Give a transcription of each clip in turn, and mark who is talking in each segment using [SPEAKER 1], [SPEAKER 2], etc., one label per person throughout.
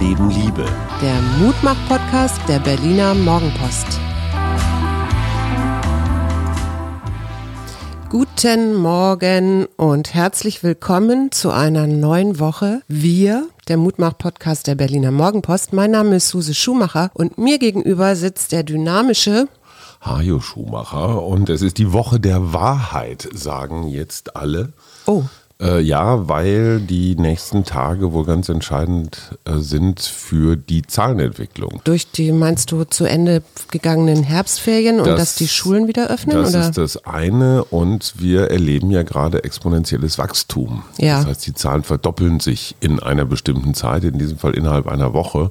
[SPEAKER 1] Leben Liebe.
[SPEAKER 2] Der Mutmach-Podcast der Berliner Morgenpost. Guten Morgen und herzlich willkommen zu einer neuen Woche. Wir, der Mutmach-Podcast der Berliner Morgenpost. Mein Name ist Suse Schumacher und mir gegenüber sitzt der dynamische
[SPEAKER 1] Hajo Schumacher und es ist die Woche der Wahrheit, sagen jetzt alle.
[SPEAKER 2] Oh.
[SPEAKER 1] Äh, ja, weil die nächsten Tage wohl ganz entscheidend äh, sind für die Zahlenentwicklung.
[SPEAKER 2] Durch die, meinst du, zu Ende gegangenen Herbstferien und
[SPEAKER 1] Das-
[SPEAKER 2] dass die Schulen wieder öffnen?
[SPEAKER 1] Das
[SPEAKER 2] oder?
[SPEAKER 1] ist das eine und wir erleben ja gerade exponentielles Wachstum.
[SPEAKER 2] Ja.
[SPEAKER 1] Das heißt, die Zahlen verdoppeln sich in einer bestimmten Zeit, in diesem Fall innerhalb einer Woche.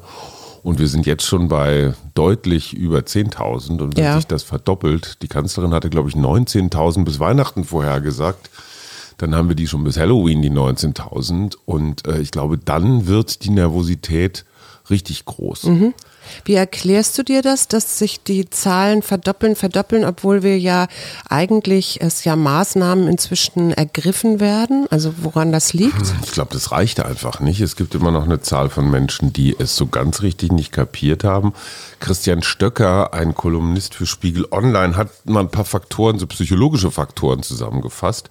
[SPEAKER 1] Und wir sind jetzt schon bei deutlich über 10.000 und wenn
[SPEAKER 2] Ja.
[SPEAKER 1] sich das verdoppelt, die Kanzlerin hatte, glaube ich, 19.000 bis Weihnachten vorhergesagt, dann haben wir die schon bis Halloween, die 19.000 und äh, ich glaube, dann wird die Nervosität richtig groß.
[SPEAKER 2] Wie erklärst du dir das, dass sich die Zahlen verdoppeln, verdoppeln, obwohl wir ja eigentlich es ja Maßnahmen inzwischen ergriffen werden? Also woran das liegt?
[SPEAKER 1] Also, Ich glaube, das reicht einfach nicht. Es gibt immer noch eine Zahl von Menschen, die es so ganz richtig nicht kapiert haben. Christian Stöcker, ein Kolumnist für Spiegel Online, hat mal ein paar Faktoren, so psychologische Faktoren zusammengefasst.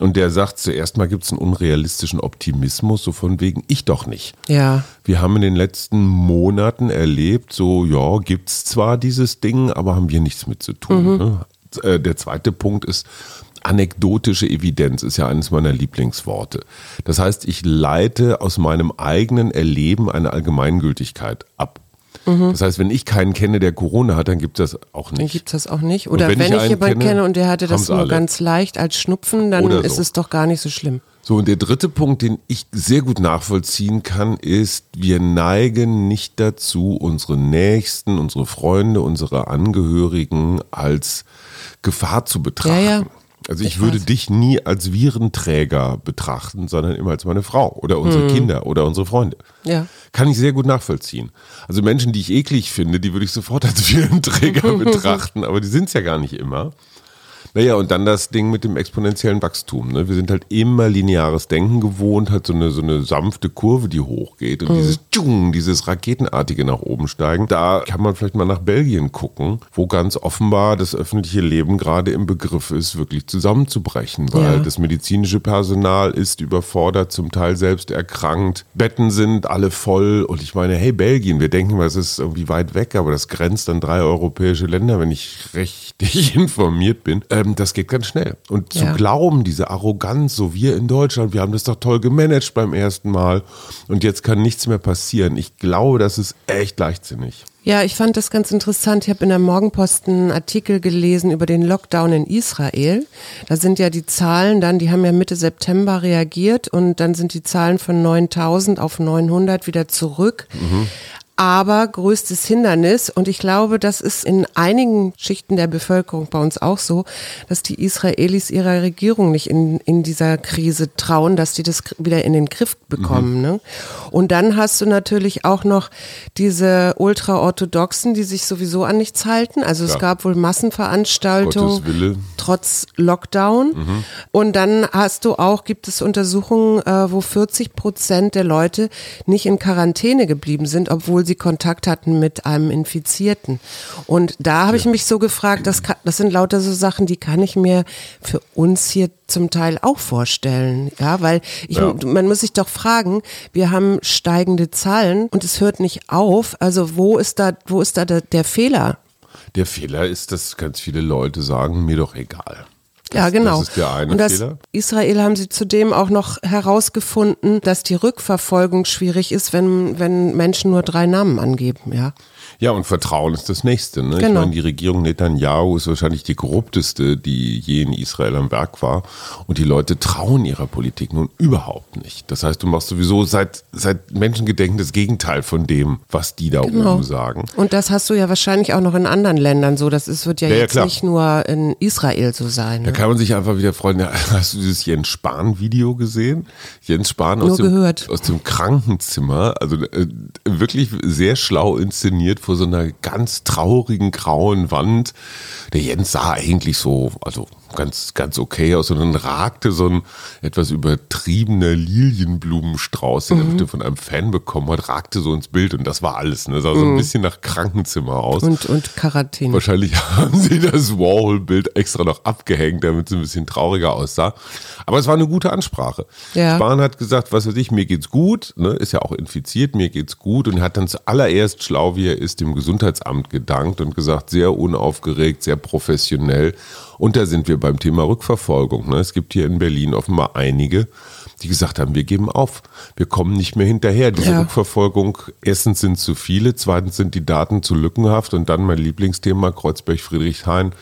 [SPEAKER 1] Und der sagt, zuerst mal gibt es einen unrealistischen Optimismus, so von wegen ich doch nicht.
[SPEAKER 2] Ja,
[SPEAKER 1] Wir haben in den letzten Monaten erlebt, so, ja, gibt's zwar dieses Ding, aber haben wir nichts mit zu tun. Ne? Äh, Der zweite Punkt ist, anekdotische Evidenz ist ja eines meiner Lieblingsworte. Das heißt, ich leite aus meinem eigenen Erleben eine Allgemeingültigkeit ab. Das heißt, wenn ich keinen kenne, der Corona hat, dann gibt es das auch
[SPEAKER 2] dann
[SPEAKER 1] nicht.
[SPEAKER 2] gibt es das auch nicht. Oder
[SPEAKER 1] Und wenn
[SPEAKER 2] wenn,
[SPEAKER 1] ich
[SPEAKER 2] ich
[SPEAKER 1] einen
[SPEAKER 2] jemanden
[SPEAKER 1] kenne,
[SPEAKER 2] kenne und der hatte das
[SPEAKER 1] haben's
[SPEAKER 2] nur
[SPEAKER 1] alle.
[SPEAKER 2] ganz leicht als Schnupfen, dann
[SPEAKER 1] Oder
[SPEAKER 2] ist
[SPEAKER 1] so.
[SPEAKER 2] es doch gar nicht so schlimm.
[SPEAKER 1] So, und der dritte Punkt, den ich sehr gut nachvollziehen kann, ist, wir neigen nicht dazu, unsere Nächsten, unsere Freunde, unsere Angehörigen als Gefahr zu betrachten.
[SPEAKER 2] Ja, ja.
[SPEAKER 1] Also ich,
[SPEAKER 2] Ich
[SPEAKER 1] würde
[SPEAKER 2] weiß.
[SPEAKER 1] dich nie als Virenträger betrachten, sondern immer als meine Frau oder unsere Kinder oder unsere Freunde.
[SPEAKER 2] Mhm. Ja.
[SPEAKER 1] Kann ich sehr gut nachvollziehen. Also Menschen, die ich eklig finde, die würde ich sofort als Virenträger betrachten, aber die sind es ja gar nicht immer. Naja, und dann das Ding mit dem exponentiellen Wachstum. Ne? Wir sind halt immer lineares Denken gewohnt, halt so eine, so eine sanfte Kurve, die hochgeht und dieses Tschung, dieses raketenartige nach oben steigen. Da kann man vielleicht mal nach Belgien gucken, wo ganz offenbar das öffentliche Leben gerade im Begriff ist, wirklich zusammenzubrechen, weil
[SPEAKER 2] Ja.
[SPEAKER 1] das medizinische Personal ist überfordert, zum Teil selbst erkrankt, Betten sind alle voll und ich meine, hey Belgien, wir denken, mal, es ist irgendwie weit weg, aber das grenzt an drei europäische Länder, wenn ich richtig informiert bin. Ähm, das geht ganz schnell. Und zu
[SPEAKER 2] Ja.
[SPEAKER 1] glauben, diese Arroganz, so wir in Deutschland, wir haben das doch toll gemanagt beim ersten Mal und jetzt kann nichts mehr passieren. Ich glaube, das ist echt leichtsinnig.
[SPEAKER 2] Ja, ich fand das ganz interessant. Ich habe in der Morgenpost einen Artikel gelesen über den Lockdown in Israel. Da sind ja die Zahlen dann, die haben ja Mitte September reagiert und dann sind die Zahlen von 9000 auf 900 wieder zurück. Aber größtes Hindernis, und ich glaube, das ist in einigen Schichten der Bevölkerung bei uns auch so, dass die Israelis ihrer Regierung nicht in, in dieser Krise trauen, dass die das wieder in den Griff bekommen.
[SPEAKER 1] Mhm.
[SPEAKER 2] Ne? Und dann hast du natürlich auch noch diese Ultraorthodoxen, die sich sowieso an nichts halten. Also es
[SPEAKER 1] Ja.
[SPEAKER 2] gab wohl Massenveranstaltungen.
[SPEAKER 1] Gottes Wille.
[SPEAKER 2] Trotz Lockdown. Und dann hast du auch, gibt es Untersuchungen, äh, wo 40 Prozent der Leute nicht in Quarantäne geblieben sind, obwohl sie Kontakt hatten mit einem Infizierten. Und da habe ich mich so gefragt, das, kann, das sind lauter so Sachen, die kann ich mir für uns hier zum Teil auch vorstellen. Ja, weil ich,
[SPEAKER 1] Ja.
[SPEAKER 2] man muss sich doch fragen, wir haben steigende Zahlen und es hört nicht auf. Also wo ist da, wo ist da der, der Fehler?
[SPEAKER 1] Der Fehler ist, dass ganz viele Leute sagen, mir doch egal.
[SPEAKER 2] Ja,
[SPEAKER 1] Das-
[SPEAKER 2] genau.
[SPEAKER 1] Das ist der eine
[SPEAKER 2] und das
[SPEAKER 1] Fehler.
[SPEAKER 2] Israel haben sie zudem auch noch herausgefunden, dass die Rückverfolgung schwierig ist, wenn, wenn Menschen nur drei Namen angeben, ja.
[SPEAKER 1] Ja, und Vertrauen ist das Nächste. Ne? Ich
[SPEAKER 2] Genau.
[SPEAKER 1] meine, die Regierung Netanyahu ist wahrscheinlich die korrupteste, die je in Israel am Werk war. Und die Leute trauen ihrer Politik nun überhaupt nicht. Das heißt, du machst sowieso seit, seit Menschengedenken das Gegenteil von dem, was die da
[SPEAKER 2] Genau.
[SPEAKER 1] oben sagen.
[SPEAKER 2] Und das hast du ja wahrscheinlich auch noch in anderen Ländern so. Das ist, wird ja,
[SPEAKER 1] Ja, ja,
[SPEAKER 2] jetzt
[SPEAKER 1] klar.
[SPEAKER 2] nicht nur in Israel so sein.
[SPEAKER 1] Da
[SPEAKER 2] Ne?
[SPEAKER 1] kann man sich einfach wieder freuen. Ja, Hast du dieses Jens Spahn-Video gesehen? Jens Spahn aus
[SPEAKER 2] Nur
[SPEAKER 1] dem,
[SPEAKER 2] gehört.
[SPEAKER 1] aus dem Krankenzimmer, also äh, wirklich sehr schlau inszeniert vor so einer ganz traurigen grauen Wand. Der Jens sah eigentlich so, also ganz, ganz okay aus und dann ragte so ein etwas übertriebener Lilienblumenstrauß,
[SPEAKER 2] Mhm.
[SPEAKER 1] den er von einem Fan bekommen hat, ragte so ins Bild und das war alles. Ne? Sah so ein bisschen nach Krankenzimmer aus.
[SPEAKER 2] Mhm. Und, und Karatin.
[SPEAKER 1] Wahrscheinlich haben sie das Warhol-Bild extra noch abgehängt, damit es ein bisschen trauriger aussah. Aber es war eine gute Ansprache.
[SPEAKER 2] Ja.
[SPEAKER 1] Spahn hat gesagt, was weiß ich, mir geht's gut, ne, ist ja auch infiziert, mir geht's gut und hat dann zuallererst, schlau wie er ist, dem Gesundheitsamt gedankt und gesagt, sehr unaufgeregt, sehr professionell. Und da sind wir beim Thema Rückverfolgung. Ne? Es gibt hier in Berlin offenbar einige, die gesagt haben, wir geben auf, wir kommen nicht mehr hinterher. Diese
[SPEAKER 2] Ja.
[SPEAKER 1] Rückverfolgung, erstens sind zu viele, zweitens sind die Daten zu lückenhaft und dann mein Lieblingsthema, Kreuzberg Friedrichshain,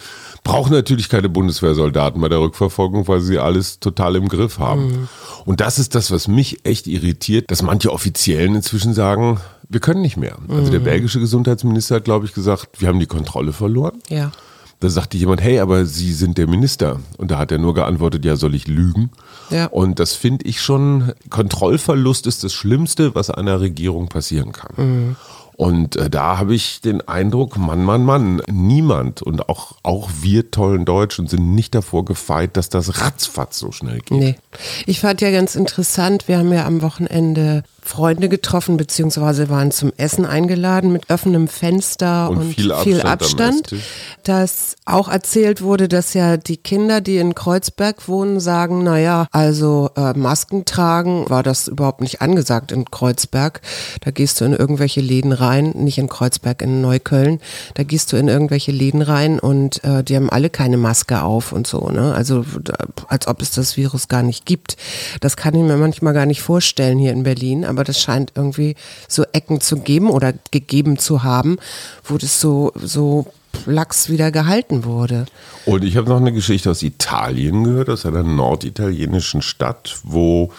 [SPEAKER 1] brauchen natürlich keine Bundeswehrsoldaten bei der Rückverfolgung, weil sie alles total im Griff haben. Und das ist das, was mich echt irritiert, dass manche Offiziellen inzwischen sagen, wir können nicht mehr. Also der belgische Gesundheitsminister hat, glaube ich, gesagt, wir haben die Kontrolle verloren.
[SPEAKER 2] Ja.
[SPEAKER 1] Da sagte jemand, hey, aber Sie sind der Minister. Und da hat er nur geantwortet, ja, soll ich lügen?
[SPEAKER 2] Ja.
[SPEAKER 1] Und das finde ich schon, Kontrollverlust ist das Schlimmste, was einer Regierung passieren kann. Und äh, da habe ich den Eindruck, Mann, Mann, Mann, niemand und auch, auch wir tollen Deutschen sind nicht davor gefeit, dass das ratzfatz so schnell geht.
[SPEAKER 2] Nee. Ich fand ja ganz interessant, wir haben ja am Wochenende Freunde getroffen, beziehungsweise waren zum Essen eingeladen mit offenem Fenster und,
[SPEAKER 1] Und viel Abstand am Esstisch.
[SPEAKER 2] dass auch erzählt wurde, dass ja die Kinder, die in Kreuzberg wohnen, sagen, naja, also äh, Masken tragen war das überhaupt nicht angesagt in Kreuzberg. Da gehst du in irgendwelche Läden rein, nicht in Kreuzberg, in Neukölln, da gehst du in irgendwelche Läden rein und äh, die haben alle keine Maske auf und so, ne? Also da, als ob es das Virus gar nicht gibt. Das kann ich mir manchmal gar nicht vorstellen hier in Berlin, aber das scheint irgendwie so Ecken zu geben oder gegeben zu haben, wo das so, so Lachs wieder gehalten wurde.
[SPEAKER 1] Und ich habe noch eine Geschichte aus Italien gehört, aus einer norditalienischen Stadt, wo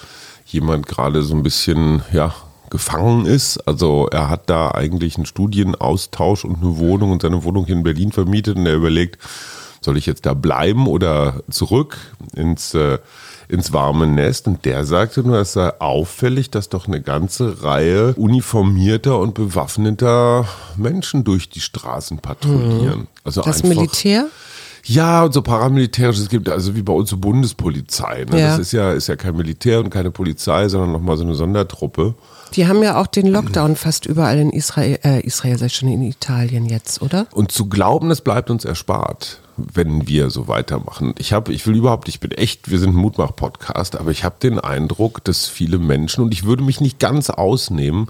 [SPEAKER 1] jemand gerade so ein bisschen, ja, gefangen ist. Also er hat da eigentlich einen Studienaustausch und eine Wohnung und seine Wohnung hier in Berlin vermietet und er überlegt, soll ich jetzt da bleiben oder zurück ins, äh, ins warme Nest? Und der sagte nur, es sei auffällig, dass doch eine ganze Reihe uniformierter und bewaffneter Menschen durch die Straßen patrouillieren. Also
[SPEAKER 2] Mhm. Das
[SPEAKER 1] einfach-
[SPEAKER 2] Militär?
[SPEAKER 1] ja, und so paramilitärisches es gibt, also wie bei uns so Bundespolizei. Ne?
[SPEAKER 2] Ja.
[SPEAKER 1] Das ist ja, ist ja kein Militär und keine Polizei, sondern nochmal so eine Sondertruppe.
[SPEAKER 2] Die haben ja auch den Lockdown fast überall in Israel, äh, Israel sei schon in Italien jetzt, oder?
[SPEAKER 1] Und zu glauben, das bleibt uns erspart, wenn wir so weitermachen. Ich habe, ich will überhaupt, ich bin echt, wir sind ein Mutmach-Podcast, aber ich habe den Eindruck, dass viele Menschen, und ich würde mich nicht ganz ausnehmen,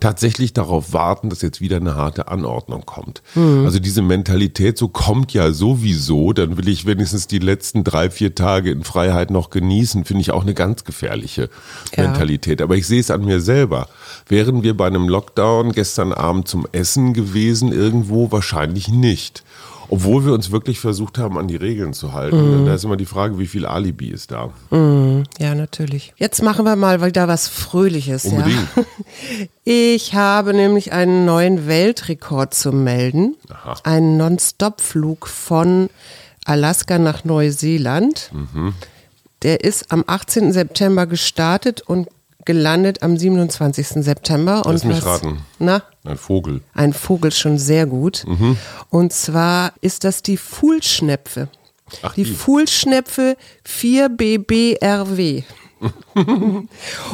[SPEAKER 1] tatsächlich darauf warten, dass jetzt wieder eine harte Anordnung kommt. Also diese Mentalität, so kommt ja sowieso, dann will ich wenigstens die letzten drei, vier Tage in Freiheit noch genießen, finde ich auch eine ganz gefährliche
[SPEAKER 2] Ja.
[SPEAKER 1] Mentalität. Mentalität. Aber ich sehe es an mir selber. Wären wir bei einem Lockdown gestern Abend zum Essen gewesen, irgendwo wahrscheinlich nicht. Obwohl wir uns wirklich versucht haben, an die Regeln zu
[SPEAKER 2] Mhm.
[SPEAKER 1] halten. Und Da ist immer die Frage, wie viel Alibi ist da.
[SPEAKER 2] Ja, natürlich. Jetzt machen wir mal wieder was Fröhliches.
[SPEAKER 1] Unbedingt.
[SPEAKER 2] Ja. Ich habe nämlich einen neuen Weltrekord zu melden.
[SPEAKER 1] Aha.
[SPEAKER 2] Einen Non-Stop-Flug von Alaska nach Neuseeland.
[SPEAKER 1] Mhm.
[SPEAKER 2] Der ist am 18. September gestartet und gelandet am 27. September. Und
[SPEAKER 1] Lass mich
[SPEAKER 2] was-
[SPEAKER 1] raten.
[SPEAKER 2] Na?
[SPEAKER 1] Ein Vogel.
[SPEAKER 2] ein Vogel schon sehr gut. Und zwar ist das die Fuhlschnepfe.
[SPEAKER 1] Ach,
[SPEAKER 2] die
[SPEAKER 1] die.
[SPEAKER 2] Fuhlschnepfe 4BBRW.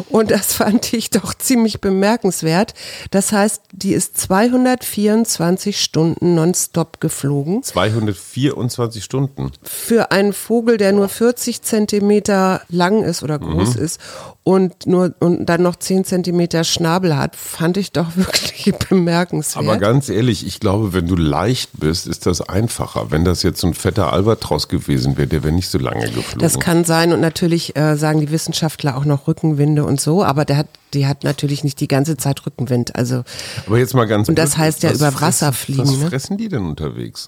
[SPEAKER 2] Und das fand ich doch ziemlich bemerkenswert. Das heißt, die ist 224 Stunden nonstop geflogen.
[SPEAKER 1] 224 Stunden.
[SPEAKER 2] Für einen Vogel, der nur 40 Zentimeter lang ist oder groß ist und, nur, und dann noch 10 Zentimeter Schnabel hat, fand ich doch wirklich bemerkenswert.
[SPEAKER 1] Aber ganz ehrlich, ich glaube, wenn du leicht bist, ist das einfacher. Wenn das jetzt so ein fetter Albatros gewesen wäre, der wäre nicht so lange geflogen.
[SPEAKER 2] Das kann sein und natürlich äh, sagen die Wissenschaftler auch noch Rückenwinde und so, aber der hat, die hat natürlich nicht die ganze Zeit Rückenwind. Also
[SPEAKER 1] Aber jetzt mal ganz
[SPEAKER 2] Und das
[SPEAKER 1] blöd,
[SPEAKER 2] heißt ja
[SPEAKER 1] was
[SPEAKER 2] über
[SPEAKER 1] fressen-
[SPEAKER 2] Wasser fliegen,
[SPEAKER 1] Was
[SPEAKER 2] ne?
[SPEAKER 1] fressen die denn unterwegs?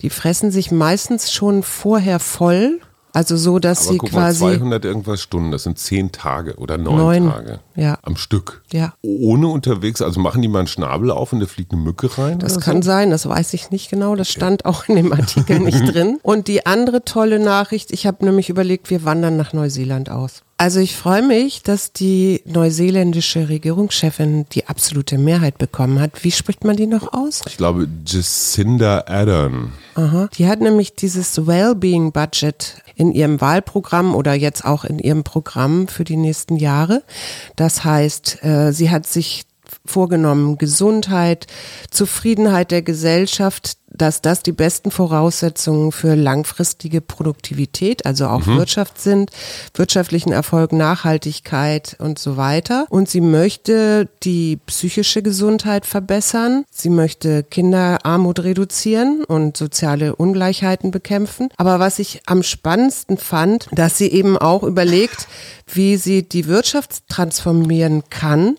[SPEAKER 2] die fressen sich meistens schon vorher voll, also so, dass
[SPEAKER 1] Aber
[SPEAKER 2] sie
[SPEAKER 1] guck mal,
[SPEAKER 2] quasi
[SPEAKER 1] 200 irgendwas Stunden, das sind 10 Tage oder 9
[SPEAKER 2] Neun,
[SPEAKER 1] Tage.
[SPEAKER 2] ja.
[SPEAKER 1] Am Stück.
[SPEAKER 2] Ja.
[SPEAKER 1] Ohne unterwegs, also machen die mal einen Schnabel auf und da fliegt eine Mücke rein?
[SPEAKER 2] Das
[SPEAKER 1] oder
[SPEAKER 2] kann
[SPEAKER 1] so?
[SPEAKER 2] sein, das weiß ich nicht genau. Das stand auch in dem Artikel nicht drin. Und die andere tolle Nachricht, ich habe nämlich überlegt, wir wandern nach Neuseeland aus. Also ich freue mich, dass die neuseeländische Regierungschefin die absolute Mehrheit bekommen hat. Wie spricht man die noch aus?
[SPEAKER 1] Ich glaube, Jacinda Ardern.
[SPEAKER 2] Aha. Die hat nämlich dieses Wellbeing Budget in ihrem Wahlprogramm oder jetzt auch in ihrem Programm für die nächsten Jahre. Das heißt, äh, sie hat sich vorgenommen, Gesundheit, Zufriedenheit der Gesellschaft, dass das die besten Voraussetzungen für langfristige Produktivität, also auch Wirtschaft sind, wirtschaftlichen Erfolg, Nachhaltigkeit und so weiter. Und sie möchte die psychische Gesundheit verbessern. Sie möchte Kinderarmut reduzieren und soziale Ungleichheiten bekämpfen. Aber was ich am spannendsten fand, dass sie eben auch überlegt, wie sie die Wirtschaft transformieren kann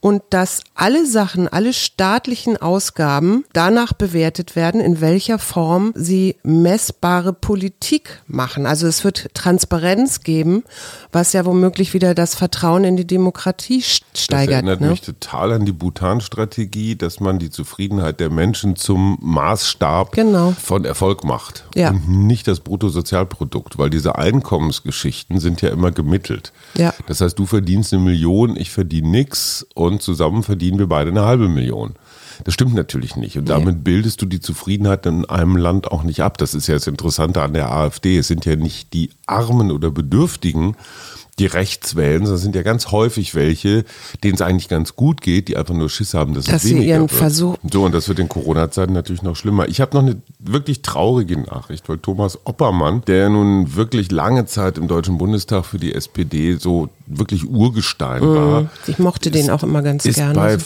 [SPEAKER 2] und dass alle Sachen, alle staatlichen Ausgaben danach bewertet werden, in welcher Form sie messbare Politik machen. Also es wird Transparenz geben, was ja womöglich wieder das Vertrauen in die Demokratie st-
[SPEAKER 1] Das
[SPEAKER 2] steigert.
[SPEAKER 1] erinnert
[SPEAKER 2] ne?
[SPEAKER 1] mich total an die Bhutan-Strategie, dass man die Zufriedenheit der Menschen zum Maßstab
[SPEAKER 2] Genau.
[SPEAKER 1] von Erfolg macht
[SPEAKER 2] Ja.
[SPEAKER 1] und nicht das Bruttosozialprodukt, weil diese Einkommensgeschichten sind ja immer gemittelt.
[SPEAKER 2] Ja.
[SPEAKER 1] Das heißt, du verdienst eine Million, ich verdiene nix und zusammen verdienen wir beide eine halbe Million. Das stimmt natürlich nicht. Und damit bildest du die Zufriedenheit in einem Land auch nicht ab. Das ist ja das Interessante an der AfD. Es sind ja nicht die Armen oder Bedürftigen, die rechts wählen, sondern es sind ja ganz häufig welche, denen es eigentlich ganz gut geht, die einfach nur Schiss haben, dass,
[SPEAKER 2] Dass
[SPEAKER 1] es
[SPEAKER 2] sie
[SPEAKER 1] weniger
[SPEAKER 2] ihren
[SPEAKER 1] wird.
[SPEAKER 2] Versuch-
[SPEAKER 1] So, und das wird in Corona-Zeiten natürlich noch schlimmer. Ich habe noch eine wirklich traurige Nachricht, weil Thomas Oppermann, der ja nun wirklich lange Zeit im Deutschen Bundestag für die SPD so wirklich Urgestein war,
[SPEAKER 2] Mhm. Ich mochte den auch immer ganz
[SPEAKER 1] ist bei
[SPEAKER 2] gerne.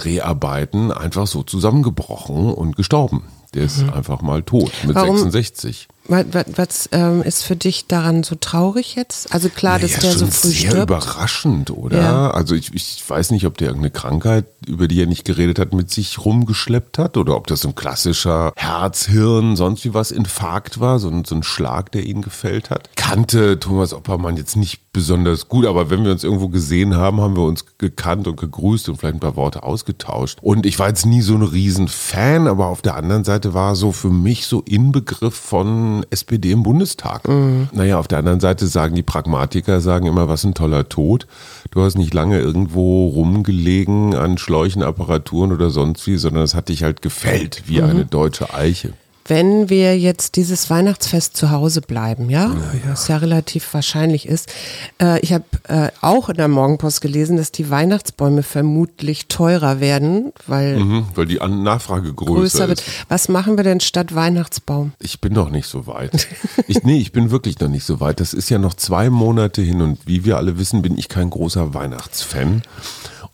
[SPEAKER 1] Fernsehdreharbeiten einfach so zusammengebrochen und gestorben. Der ist einfach mal tot mit
[SPEAKER 2] Mhm. Warum-
[SPEAKER 1] 66.
[SPEAKER 2] Was, was, was ähm, ist für dich daran so traurig jetzt? Also klar, dass
[SPEAKER 1] Naja,
[SPEAKER 2] der so früh
[SPEAKER 1] sehr
[SPEAKER 2] stirbt.
[SPEAKER 1] überraschend, oder?
[SPEAKER 2] Ja.
[SPEAKER 1] Also ich, ich weiß nicht, ob der irgendeine Krankheit, über die er nicht geredet hat, mit sich rumgeschleppt hat oder ob das so ein klassischer Herz, Hirn, sonst wie was Infarkt war, so ein, so ein Schlag, der ihn gefällt hat. Kannte Thomas Oppermann jetzt nicht besonders gut, aber wenn wir uns irgendwo gesehen haben, haben wir uns gekannt und gegrüßt und vielleicht ein paar Worte ausgetauscht. Und ich war jetzt nie so ein Riesenfan, aber auf der anderen Seite war er so für mich so Inbegriff von SPD im Bundestag.
[SPEAKER 2] Mhm.
[SPEAKER 1] Naja, auf der anderen Seite sagen die Pragmatiker, sagen immer, was ein toller Tod. Du hast nicht lange irgendwo rumgelegen an Schläuchen, Apparaturen oder sonst wie, sondern es hat dich halt gefällt
[SPEAKER 2] Mhm.
[SPEAKER 1] wie eine deutsche Eiche.
[SPEAKER 2] Wenn wir jetzt dieses Weihnachtsfest zu Hause bleiben, ja, was ja relativ wahrscheinlich ist. Äh, ich habe äh, auch in der Morgenpost gelesen, dass die Weihnachtsbäume vermutlich teurer werden, weil
[SPEAKER 1] Mhm, weil die An- Nachfrage größer,
[SPEAKER 2] größer
[SPEAKER 1] ist.
[SPEAKER 2] wird. Was machen wir denn statt Weihnachtsbaum?
[SPEAKER 1] Ich bin noch nicht so weit. Ich, nee, ich bin wirklich noch nicht so weit. Das ist ja noch zwei Monate hin und wie wir alle wissen, bin ich kein großer Weihnachtsfan.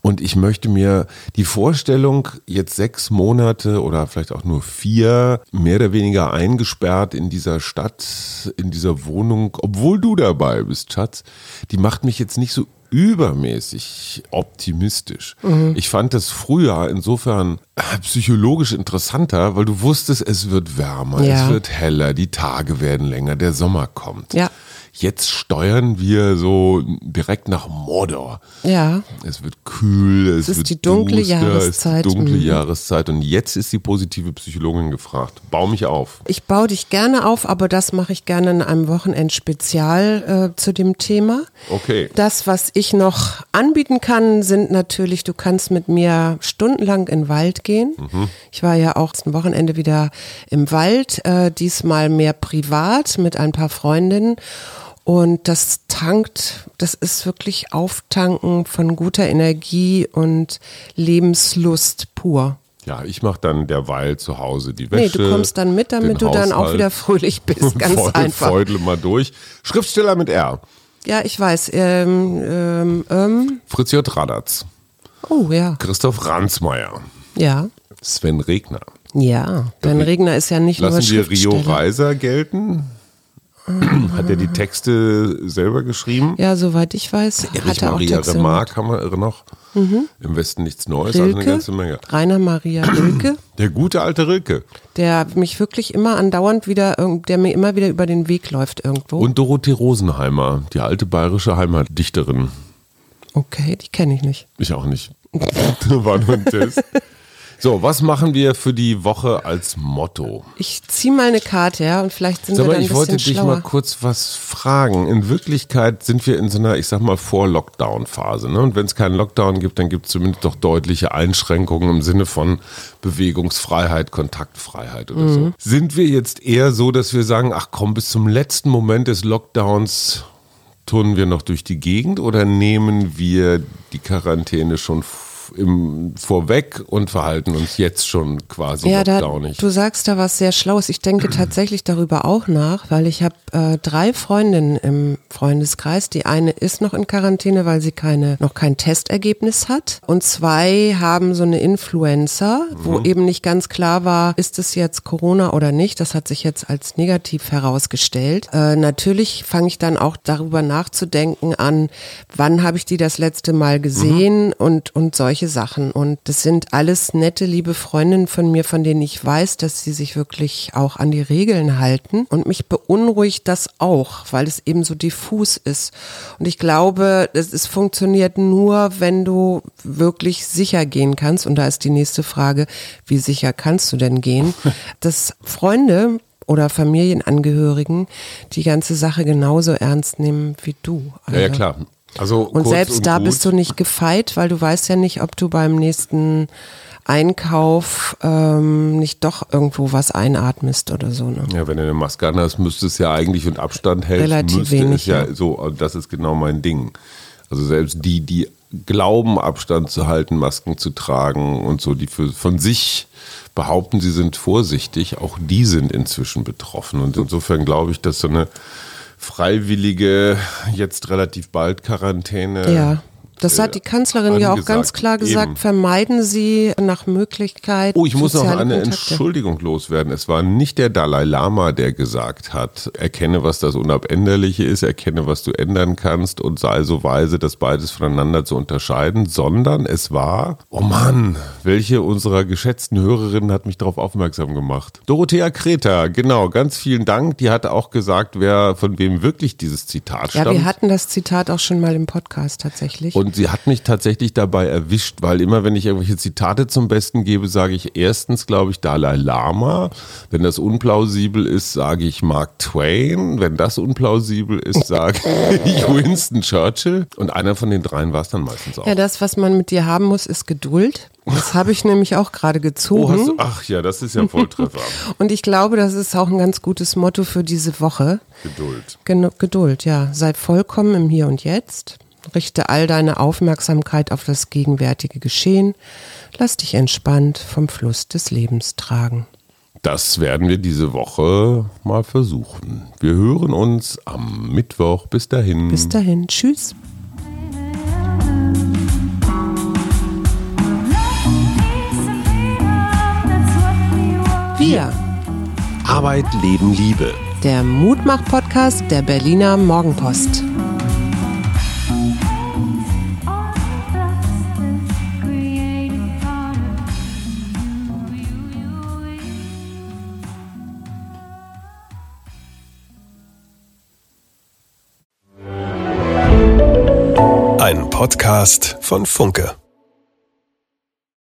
[SPEAKER 1] Und ich möchte mir die Vorstellung, jetzt sechs Monate oder vielleicht auch nur vier, mehr oder weniger eingesperrt in dieser Stadt, in dieser Wohnung, obwohl du dabei bist, Schatz, die macht mich jetzt nicht so übermäßig optimistisch. Ich fand das früher insofern äh, psychologisch interessanter, weil du wusstest, es wird wärmer,
[SPEAKER 2] Ja.
[SPEAKER 1] es wird heller, die Tage werden länger, der Sommer kommt.
[SPEAKER 2] Ja.
[SPEAKER 1] Jetzt steuern wir so direkt nach Mordor.
[SPEAKER 2] Ja,
[SPEAKER 1] Es wird kühl, es,
[SPEAKER 2] ist
[SPEAKER 1] wird
[SPEAKER 2] die dunkle
[SPEAKER 1] duster,
[SPEAKER 2] Jahreszeit.
[SPEAKER 1] Es ist die dunkle
[SPEAKER 2] Mhm.
[SPEAKER 1] Jahreszeit und jetzt ist die positive Psychologin gefragt. Bau mich auf.
[SPEAKER 2] ich baue dich gerne auf, aber das mache ich gerne in einem Wochenendspezial äh, zu dem Thema.
[SPEAKER 1] Okay.
[SPEAKER 2] Das, was ich noch anbieten kann, sind natürlich, du kannst mit mir stundenlang in den Wald gehen. Ich war ja auch zum Wochenende wieder im Wald, äh, diesmal mehr privat mit ein paar Freundinnen. Und das tankt, das ist wirklich Auftanken von guter Energie und Lebenslust pur.
[SPEAKER 1] Ja, ich mache dann derweil zu Hause die
[SPEAKER 2] Nee,
[SPEAKER 1] Wäsche.
[SPEAKER 2] du kommst dann mit,
[SPEAKER 1] den
[SPEAKER 2] damit du dann auch
[SPEAKER 1] Haushalt.
[SPEAKER 2] wieder fröhlich bist. Ganz
[SPEAKER 1] Feudel-
[SPEAKER 2] einfach.
[SPEAKER 1] Feudel mal durch. Schriftsteller mit R.
[SPEAKER 2] Ja, ich weiß. Ähm, ähm, ähm,
[SPEAKER 1] Fritz J. Radatz.
[SPEAKER 2] oh ja,
[SPEAKER 1] Christoph Ransmeier.
[SPEAKER 2] ja.
[SPEAKER 1] Sven Regner.
[SPEAKER 2] Ja, Ben Regner ist ja nicht nur
[SPEAKER 1] Lassen wir Rio
[SPEAKER 2] Schriftsteller.
[SPEAKER 1] Reiser gelten. Ähm, Hat er die Texte selber geschrieben?
[SPEAKER 2] Ja, soweit ich weiß,
[SPEAKER 1] Erich
[SPEAKER 2] hat er auch
[SPEAKER 1] Maria
[SPEAKER 2] Texte Mhm.
[SPEAKER 1] Remarque haben wir noch. Im Westen nichts Neues, also eine
[SPEAKER 2] Rilke,
[SPEAKER 1] ganze Menge.
[SPEAKER 2] Rainer Maria Rilke,
[SPEAKER 1] Der gute alte Rilke.
[SPEAKER 2] der mich wirklich immer andauernd wieder, irgend- der mir immer wieder über den Weg läuft irgendwo.
[SPEAKER 1] Und Dorothee Rosenheimer, die alte bayerische Heimatdichterin.
[SPEAKER 2] okay, die kenne ich nicht.
[SPEAKER 1] Ich auch nicht. War nur ein Test. So, was machen wir für die Woche als Motto?
[SPEAKER 2] Ich ziehe mal eine Karte, ja, und vielleicht sind
[SPEAKER 1] Sag
[SPEAKER 2] wir
[SPEAKER 1] mal,
[SPEAKER 2] dann ein
[SPEAKER 1] ich
[SPEAKER 2] bisschen
[SPEAKER 1] wollte dich
[SPEAKER 2] schlauer.
[SPEAKER 1] mal kurz was fragen. In Wirklichkeit sind wir in so einer, ich sag mal, Vor-Lockdown-Phase. Ne? Und wenn es keinen Lockdown gibt, dann gibt es zumindest doch deutliche Einschränkungen im Sinne von Bewegungsfreiheit, Kontaktfreiheit oder
[SPEAKER 2] Mhm.
[SPEAKER 1] so. Sind wir jetzt eher so, dass wir sagen, ach komm, bis zum letzten Moment des Lockdowns turnen wir noch durch die Gegend oder nehmen wir die Quarantäne schon f- im, vorweg und verhalten uns jetzt schon quasi
[SPEAKER 2] ja, da,
[SPEAKER 1] lockdownig?
[SPEAKER 2] du sagst da was sehr Schlaues. Ich denke tatsächlich darüber auch nach, weil ich habe äh, drei Freundinnen im Freundeskreis. Die eine ist noch in Quarantäne, weil sie keine, noch kein Testergebnis hat. Und zwei haben so eine Influenza, wo eben nicht ganz klar war, ist es jetzt Corona oder nicht. Das hat sich jetzt als negativ herausgestellt. Äh, natürlich fange ich dann auch darüber nachzudenken an, wann habe ich die das letzte Mal gesehen und, und solche Sachen. Und das sind alles nette, liebe Freundinnen von mir, von denen ich weiß, dass sie sich wirklich auch an die Regeln halten. Und mich beunruhigt das auch, weil es eben so diffus ist. Und ich glaube, es, es funktioniert nur, wenn du wirklich sicher gehen kannst. Und da ist die nächste Frage, wie sicher kannst du denn gehen? Dass Freunde oder Familienangehörigen die ganze Sache genauso ernst nehmen wie du.
[SPEAKER 1] Ja, ja
[SPEAKER 2] Also-
[SPEAKER 1] klar. Also
[SPEAKER 2] und
[SPEAKER 1] kurz
[SPEAKER 2] selbst
[SPEAKER 1] und
[SPEAKER 2] da
[SPEAKER 1] gut.
[SPEAKER 2] bist du nicht gefeit, weil du weißt ja nicht, ob du beim nächsten Einkauf ähm, nicht doch irgendwo was einatmest oder so. Ne?
[SPEAKER 1] Ja, wenn du eine Maske anhast, müsste es ja eigentlich und Abstand hält,
[SPEAKER 2] Relativ
[SPEAKER 1] müsste
[SPEAKER 2] wenig,
[SPEAKER 1] es ja,
[SPEAKER 2] ja.
[SPEAKER 1] so, also das ist genau mein Ding. Also selbst die, die glauben, Abstand zu halten, Masken zu tragen und so, die für, von sich behaupten, sie sind vorsichtig, auch die sind inzwischen betroffen. Und insofern glaube ich, dass so eine freiwillige, jetzt relativ bald Quarantäne.
[SPEAKER 2] Ja. Das hat die Kanzlerin ja auch
[SPEAKER 1] angesagt.
[SPEAKER 2] ganz klar gesagt.
[SPEAKER 1] Eben.
[SPEAKER 2] Vermeiden Sie nach Möglichkeit.
[SPEAKER 1] Oh, ich muss noch
[SPEAKER 2] soziale
[SPEAKER 1] eine
[SPEAKER 2] Kontakte.
[SPEAKER 1] Entschuldigung loswerden. Es war nicht der Dalai Lama, der gesagt hat, erkenne, was das Unabänderliche ist, erkenne, was du ändern kannst und sei so weise, das beides voneinander zu unterscheiden, sondern es war, oh Mann, welche unserer geschätzten Hörerinnen hat mich darauf aufmerksam gemacht? Dorothea Kreter, genau, ganz vielen Dank. Die hat auch gesagt, wer von wem wirklich dieses Zitat
[SPEAKER 2] Ja,
[SPEAKER 1] stammt.
[SPEAKER 2] wir hatten das Zitat auch schon mal im Podcast tatsächlich.
[SPEAKER 1] Und sie hat mich tatsächlich dabei erwischt, weil immer, wenn ich irgendwelche Zitate zum Besten gebe, sage ich erstens, glaube ich, Dalai Lama. Wenn das unplausibel ist, sage ich Mark Twain. Wenn das unplausibel ist, sage ich Winston Churchill. Und einer von den dreien war es dann meistens auch.
[SPEAKER 2] ja, das, was man mit dir haben muss, ist Geduld. Das habe ich nämlich auch gerade gezogen.
[SPEAKER 1] Oh, hast du, ach ja, das ist ja ein Volltreffer.
[SPEAKER 2] Und ich glaube, das ist auch ein ganz gutes Motto für diese Woche.
[SPEAKER 1] Geduld.
[SPEAKER 2] Genu Geduld, ja. Sei vollkommen im Hier und Jetzt. Richte all deine Aufmerksamkeit auf das gegenwärtige Geschehen. Lass dich entspannt vom Fluss des Lebens tragen.
[SPEAKER 1] Das werden wir diese Woche mal versuchen. Wir hören uns am Mittwoch. Bis dahin.
[SPEAKER 2] Bis dahin, tschüss. Wir,
[SPEAKER 1] Arbeit, Leben, Liebe.
[SPEAKER 2] der Mutmach-Podcast der Berliner Morgenpost.
[SPEAKER 3] Ein Podcast von Funke.